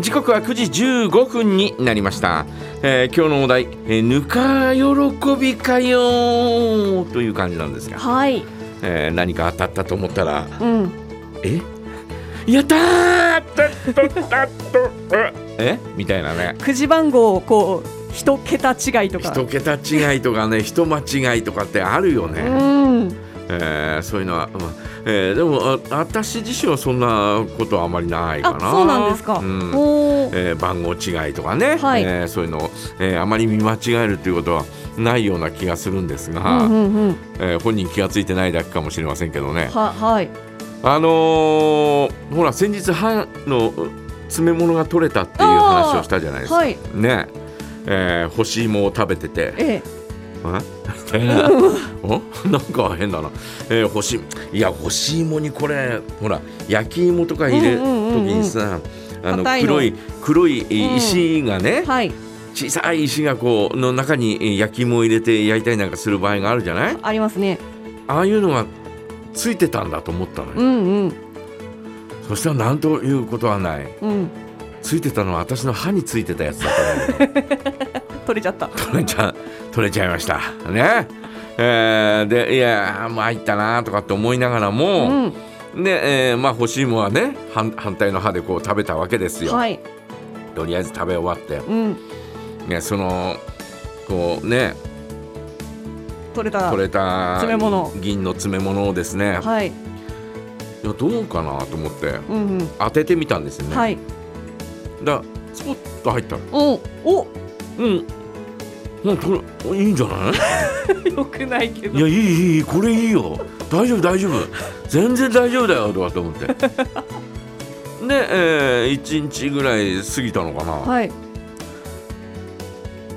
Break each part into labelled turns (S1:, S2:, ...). S1: 時刻は9時15分になりました、えー、今日のお題、えー、ぬか喜びかよという感じなんですが、
S2: はい
S1: えー、何か当たったと思ったら
S2: うん
S1: えやったーたったたっとえみたいなね
S2: くじ番号をこう一桁違いとか
S1: 一桁違いとかね人間違いとかってあるよね、
S2: うん
S1: えー、そういうのは、うんえー、でもあ私自身はそんなことはあまりないか
S2: あ
S1: な
S2: そうなんですか、
S1: うん
S2: おー
S1: えー番号違いとかね、
S2: はい
S1: えーそういうのを、えーあまり見間違えるということはないような気がするんですが、
S2: うんうんうん
S1: えー本人気がついてないだけかもしれませんけどね
S2: ははい
S1: あのーほら先日歯のう詰め物が取れたっていう話をしたじゃないですか、
S2: はい
S1: ねえー干し芋を食べてて
S2: ええ
S1: え おなんか変だな、えー、干しいや干し芋にこれほら焼き芋とか入れる時にさ、あの
S2: 硬いの
S1: 黒い黒い石がね、
S2: はい
S1: 小さい石がこうの中に焼き芋を入れて焼いたりなんかする場合があるじゃない
S2: ありますね
S1: ああいうのがついてたんだと思ったの
S2: う
S1: よ、
S2: んうん
S1: そしたらなんということはない
S2: うん
S1: ついてたのは私の歯についてたやつだったのよ
S2: 取れちゃった
S1: 取れちゃ取れちゃいましたねえーでいやー参ったなーとかって思いながら
S2: う
S1: も、
S2: ん
S1: で、えーまあ欲しいものはね反反対の歯でこう食べたわけですよ、
S2: はい
S1: とりあえず食べ終わって、
S2: うん
S1: ね、そのこうね
S2: 取れた
S1: 取れた
S2: 詰め物
S1: 銀の詰め物をですね、
S2: はい
S1: いやどうかなと思って
S2: うんうん
S1: 当ててみたんですよね、
S2: はい
S1: だからスポッと入ったの
S2: おお
S1: うんなんかこれいいんじゃない
S2: よくないけ
S1: い
S2: ど
S1: やいいいいいいこれいいよ大丈夫大丈夫全然大丈夫だよとかと思ってで、え1日ぐらい過ぎたのかな、
S2: はい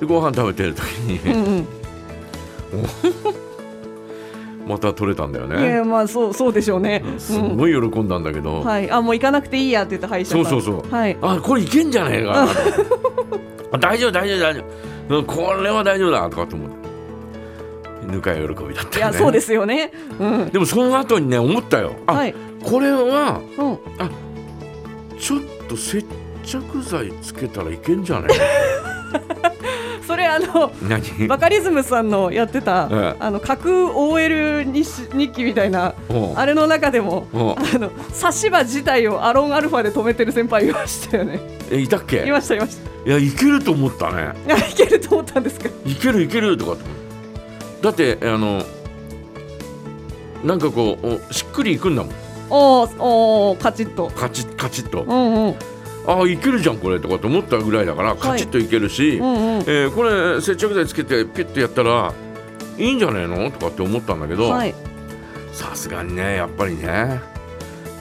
S1: でご飯食べてる時
S2: う
S1: に
S2: んうん
S1: また取れたんだよ
S2: いや
S1: ね
S2: まあそうそうでしょうね、
S1: す
S2: うん
S1: ごい喜んだんだけど、
S2: はい、あもう行かなくていいやって言った歯医者さん
S1: そうそうそう
S2: はい
S1: あこれいけんじゃねえか なとあ大丈夫大丈夫大丈夫これは大丈夫だとかと思ってぬか喜びだったよね
S2: いやそうですよねうん
S1: でもその後にね思ったよあ、
S2: はい
S1: これは
S2: うん
S1: ちょっと接着剤つけたらいけんじゃね
S2: それあの
S1: え何
S2: バカリズムさんのやってた、
S1: ええ
S2: あの架空 OL 日日記みたいな
S1: おう
S2: あれの中でも
S1: おう
S2: あの差し歯自体をアロンアルファで止めてる先輩いましたよね
S1: えいたっけ
S2: いましたいました
S1: いやいけると思ったね
S2: あいけると思ったんですけど
S1: いけるいけるとかって思うだってあのなんかこうおしっくりいくんだもん
S2: おーおーカチッと
S1: カチッカチッと
S2: うんうん
S1: あいけるじゃんこれとかと思ったぐらいだからカチッといけるし、
S2: うんうん
S1: えーこれ接着剤つけてピュッとやったらいいんじゃねえのとかって思ったんだけど、
S2: はい
S1: さすがにねやっぱりね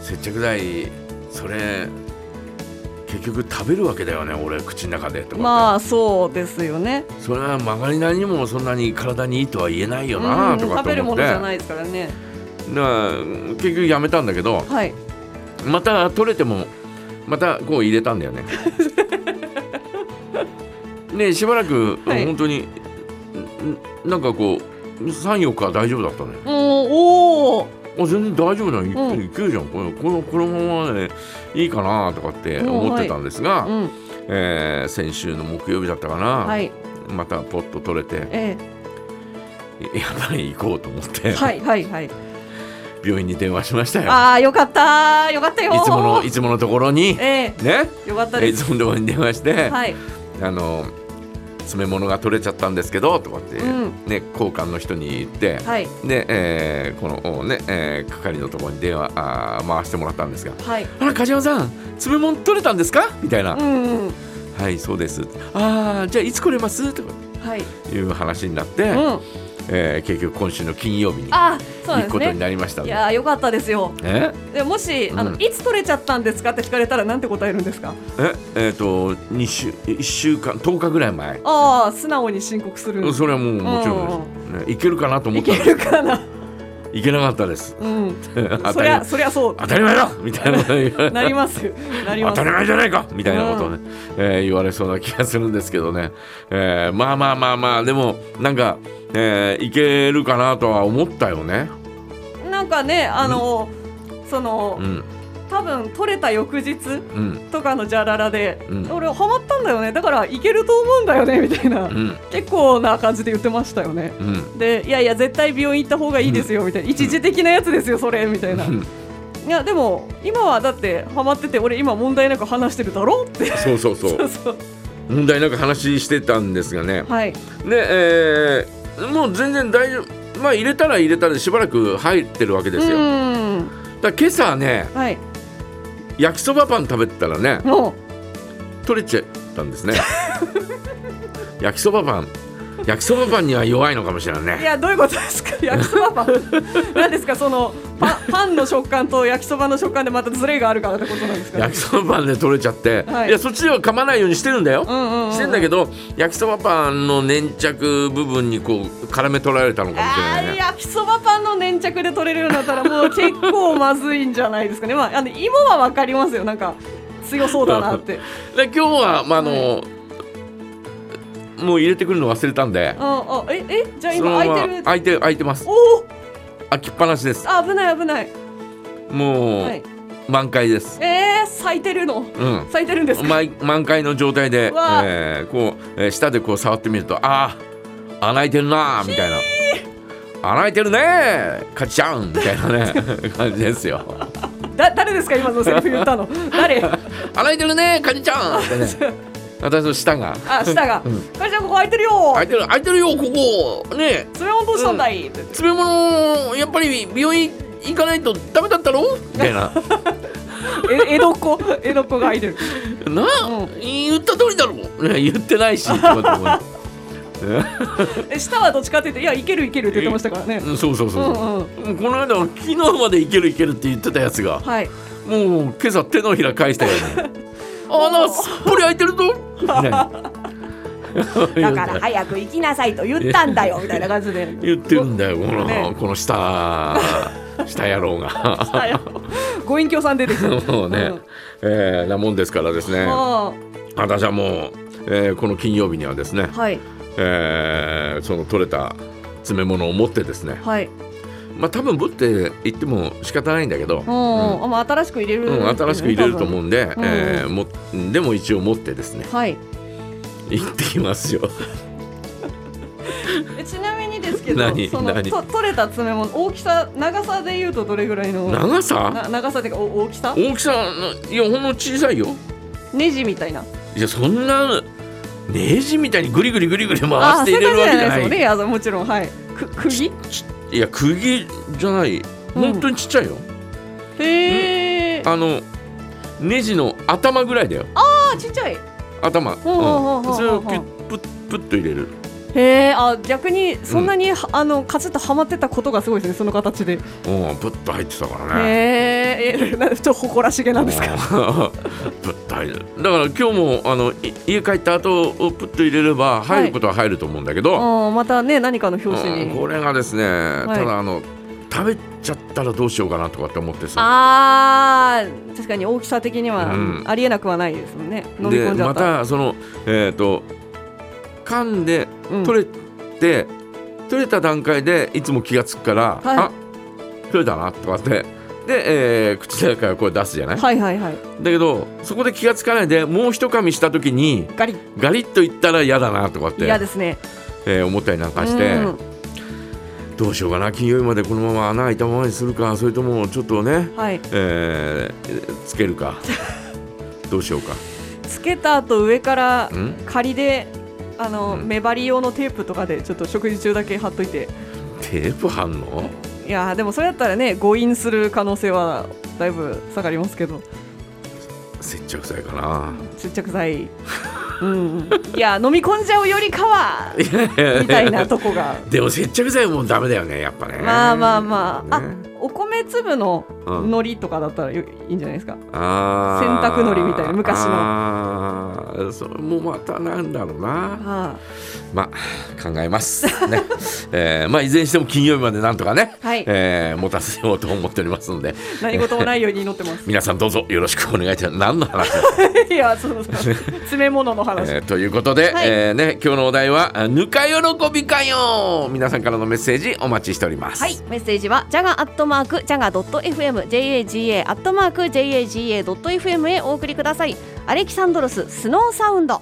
S1: 接着剤それ結局食べるわけだよね俺口の中でとかって
S2: まあそうですよね
S1: それは曲がりなりにもそんなに体にいいとは言えないよ
S2: う
S1: なんとか
S2: 食
S1: と
S2: べる
S1: 思
S2: も
S1: っ
S2: の
S1: て
S2: じゃ
S1: だか
S2: ないですからね
S1: ら結局やめたんだけど
S2: はい
S1: また取れてもまたこう入れたんだ よね。ねしばらく、
S2: はい
S1: 本当にんなんかこう34日は大丈夫だったね。
S2: うんおお
S1: あ全然大丈夫だよ、い
S2: うん
S1: いけるじゃんこのこのこのままでいいかなとかって
S2: うん
S1: 思ってたんですが、
S2: うん
S1: えー先週の木曜日だったかな、
S2: はい
S1: またポッと取れて
S2: え
S1: やっぱり行こうと思って、
S2: えはいはいはい
S1: 病院に電話しましたよ。
S2: ああよかったーよかったよー
S1: いつものいつものところにね
S2: ええよかった
S1: えい
S2: です
S1: つものところに電話して、
S2: はい
S1: あの詰め物が取れちゃったんですけどとかって、
S2: うん
S1: ね交換の人に言って。
S2: はい
S1: で、えーこのね、えー係のところに電話あー回してもらったんですが
S2: はい
S1: あら梶山さん詰め物取れたんですかみたいな、
S2: うんうん
S1: はいそうですああじゃあいつ来れますとか
S2: はい
S1: いう話になって、
S2: うん
S1: えー結局今週の金曜日に行
S2: あーそうなん
S1: くこ
S2: で
S1: と
S2: す
S1: に
S2: ね
S1: なりました
S2: い
S1: ね
S2: やーよかったですよ
S1: え
S2: でもしあの、
S1: うん
S2: いつ取れちゃったんですかって聞かれたらなんて答えるんですか
S1: ええーと2週1週間10日ぐらい前
S2: ああ素直に申告する
S1: それはもうもちろんです、ね、いけるかなと思
S2: い
S1: った
S2: け
S1: んです
S2: るかな
S1: いけなかったです
S2: うん
S1: 当
S2: そ
S1: た
S2: りゃ
S1: り
S2: そりゃそう
S1: 当たり前だみたいなこと言われて
S2: なりますよなりま
S1: 当た
S2: す
S1: り前じゃないかみたいなことをね、えー言われそうな気がするんですけどね、えーまあまあまあまあでもなんか、えーいけるかなとは思ったよね。
S2: なんかねあの、その、
S1: うん、
S2: 多分取れた翌日
S1: うん
S2: とかのジャララで、
S1: うん
S2: 俺ハマったんだよねだからいけると思うんだよねみたいな、
S1: うん
S2: 結構な感じで言ってましたよね
S1: うん
S2: でいやいや絶対病院行った方がいいですよみたいな、一時的なやつですよそれみたいな、
S1: う
S2: い
S1: ん
S2: やでも今はだってハマってて俺今問題なく話してるだろって
S1: そうそうそ
S2: そうう そう
S1: 問題なく話してたんですがね
S2: はい
S1: ねえーもう全然大丈夫まあ入れたら入れたでしばらく入ってるわけです
S2: う
S1: よ
S2: ーん
S1: だから今朝ね
S2: はい
S1: 焼きそばパン食べてたらね
S2: も
S1: 取れちゃったんですね 焼きそばパン焼きそばパンには弱いのかもしれないう
S2: い
S1: ね
S2: やどういうことで すか焼きそばパン何ですかそのパパンの食感と焼きそばの食感でまたズレがあるからってことなんですか、
S1: 焼きそばパンで取れちゃって、
S2: はい
S1: い、やそっちでは噛まないようにしてるんだよ、
S2: うんうんうん、
S1: してんだけど焼きそばパンの粘着部分にこう絡め取られたのかもしれ
S2: あ
S1: ない
S2: ー
S1: ね
S2: 焼きそばパンの粘着で取れるようになったらもう結構まずいんじゃないですかね、まあ、あの芋は分かりますよなんか強そうだなって
S1: で今日は、まああのもう入れてくるの忘れたんで
S2: ああええじゃあ
S1: そのま
S2: 今空い
S1: ま
S2: てる、
S1: 開いて開いてます
S2: おお
S1: 開きっぱなしです
S2: あ危ない危ない、
S1: もう、
S2: はい、
S1: 満開です
S2: えー、咲いてるの
S1: うん
S2: 咲いてるんですか、
S1: 満満開の状態で
S2: う、わ
S1: えーこう、えー舌でこう触ってみるとあー穴開いてるなーみたいな穴開いてるねーカチャンみたいな ね感じですよ
S2: だ誰ですか今のセリフ言っ たの誰
S1: 穴開いてるねーカニちゃんってね私の舌が
S2: あ舌が
S1: うん
S2: 「かりちゃんここ空いてるよ
S1: 開いてる開いてるよここね
S2: 爪痕どうしたんだい」って
S1: え詰め物やっぱり病院行かないとダメだったろみたい な
S2: え江戸っ子江戸っ子が空いてる
S1: なあ、
S2: うん
S1: 言った通りだろ、ね、言ってないしとかと 思うね
S2: え舌はどっちかって言って「いやいけるいける」って言ってましたからね
S1: うんそうそうそう、
S2: うんうん
S1: もうこの間昨日までいけるいけるって言ってたやつが
S2: はい
S1: もう今朝手のひら返した よね穴すっぽり開いてるぞみたいな
S2: だから早く行きなさいと言ったんだよみたいな感じで。
S1: 言ってるんだよこの,、
S2: ね
S1: この下下野郎が
S2: あやご隠居さん出てきた。
S1: もうね、
S2: うん
S1: えーなもんですからですね
S2: あ
S1: 私はもう、えーこの金曜日にはですね
S2: ー、はい
S1: えーその取れた詰め物を持ってですね
S2: はい。
S1: まあ多分ぶって言っても仕方ないんだけど、
S2: うん、あまあ新しく入れる、
S1: うん、新しく入れると思
S2: う。
S1: うんで、
S2: 分
S1: えーもでも一応持ってですね
S2: はい。
S1: 行ってきますよ
S2: えちなみにですけど、
S1: 何
S2: その
S1: 何
S2: と取れた爪も大きさ長さで言うとどれぐらいの？
S1: 長さ
S2: な長さっていうかお大きさ？
S1: 大きさのいやほんの小さいよ
S2: ネジみたいな。
S1: いやそんなネジみたいにグリグリグリグリ回
S2: あ
S1: し
S2: あ
S1: て入れるわけじゃ
S2: そういう感じじゃな
S1: な
S2: いです
S1: い
S2: よね。いやもちろんはい。く釘？
S1: ちいや釘じゃない本当にちっちゃいよ、
S2: へえ。あ
S1: あのネジの頭ぐらいだよ
S2: ーちっちゃい。
S1: 頭、うん
S2: ほうほうほうほうほう
S1: それをピュップップッと入れる
S2: へえ。あ逆にそんなに、はあのカチッとはまってたことがすごいですねその形で。
S1: うんプッと入ってたからね
S2: へーえなちょっと誇らしげなんで すか。
S1: かプッと入るだから今日もあのい家帰った後をプッと入れれば
S2: い
S1: 入ることは入ると思うんだけど、
S2: うんまたね何かの表紙
S1: うん
S2: に。
S1: これがですね、
S2: い
S1: ただあの食べちゃったらどうしようかなとかって思ってさ
S2: あー確かに大きさ的には
S1: うん
S2: ありえなくはないですもんね。飲み
S1: で
S2: 込んじゃ
S1: ま
S2: った。
S1: たそのえっ、と噛んで
S2: うん
S1: 取れて、取れた段階でいつも気がつくから、
S2: はい
S1: あ取れたなとかってで、えー口の中からこれ出すじゃない、
S2: はいはいはい。
S1: だけどそこで気がつかないでもう一噛みした時に
S2: ガリッ
S1: ガリッといったら嫌だなとかって
S2: 嫌ですね。
S1: えー思ったりなんかして、
S2: うん
S1: どうしようかな金曜日までこのまま穴開いたままにするかそれともちょっとね
S2: はい。
S1: えーつける かどうしようか
S2: つけた後上から
S1: ん
S2: 仮で。あの、
S1: うん
S2: 目張り用のテープとかでちょっと食事中だけ貼っといて
S1: テープ反応
S2: いやーでもそれだったらね誤飲する可能性はだいぶ下がりますけど
S1: 接着剤か
S2: 接 着剤うんうんいや飲み込んじゃうよりかは
S1: な
S2: みたいなとこ が
S1: でも接着剤もダメだよねやっぱね
S2: まあまあまあ、
S1: ね
S2: あお米粒の
S1: うん
S2: 海苔とかだったらよいいんじゃないですか、
S1: あー
S2: 洗濯のりみたいな昔の
S1: あーそれもまたなんだろうな
S2: は
S1: まあ考えますね、 えーまあいずれにしても金曜日までなんとかね、
S2: はい
S1: えー持たせようと思っておりますので
S2: あ、 何事もないように祈ってます
S1: 皆さんどうぞよろしくお願いいたします何の話だ
S2: いやそうそう詰め物の話、
S1: えーということで、
S2: はい
S1: えーね、今日のお題はあ「ぬか喜びかよ」皆さんからのメッセージお待ちしております。
S3: はい、メッセージは j a g a アットマーク j a g a ドット FM JAGA アットマーク JAGA.FM へお送りくださいアレキサンドロススノーサウンド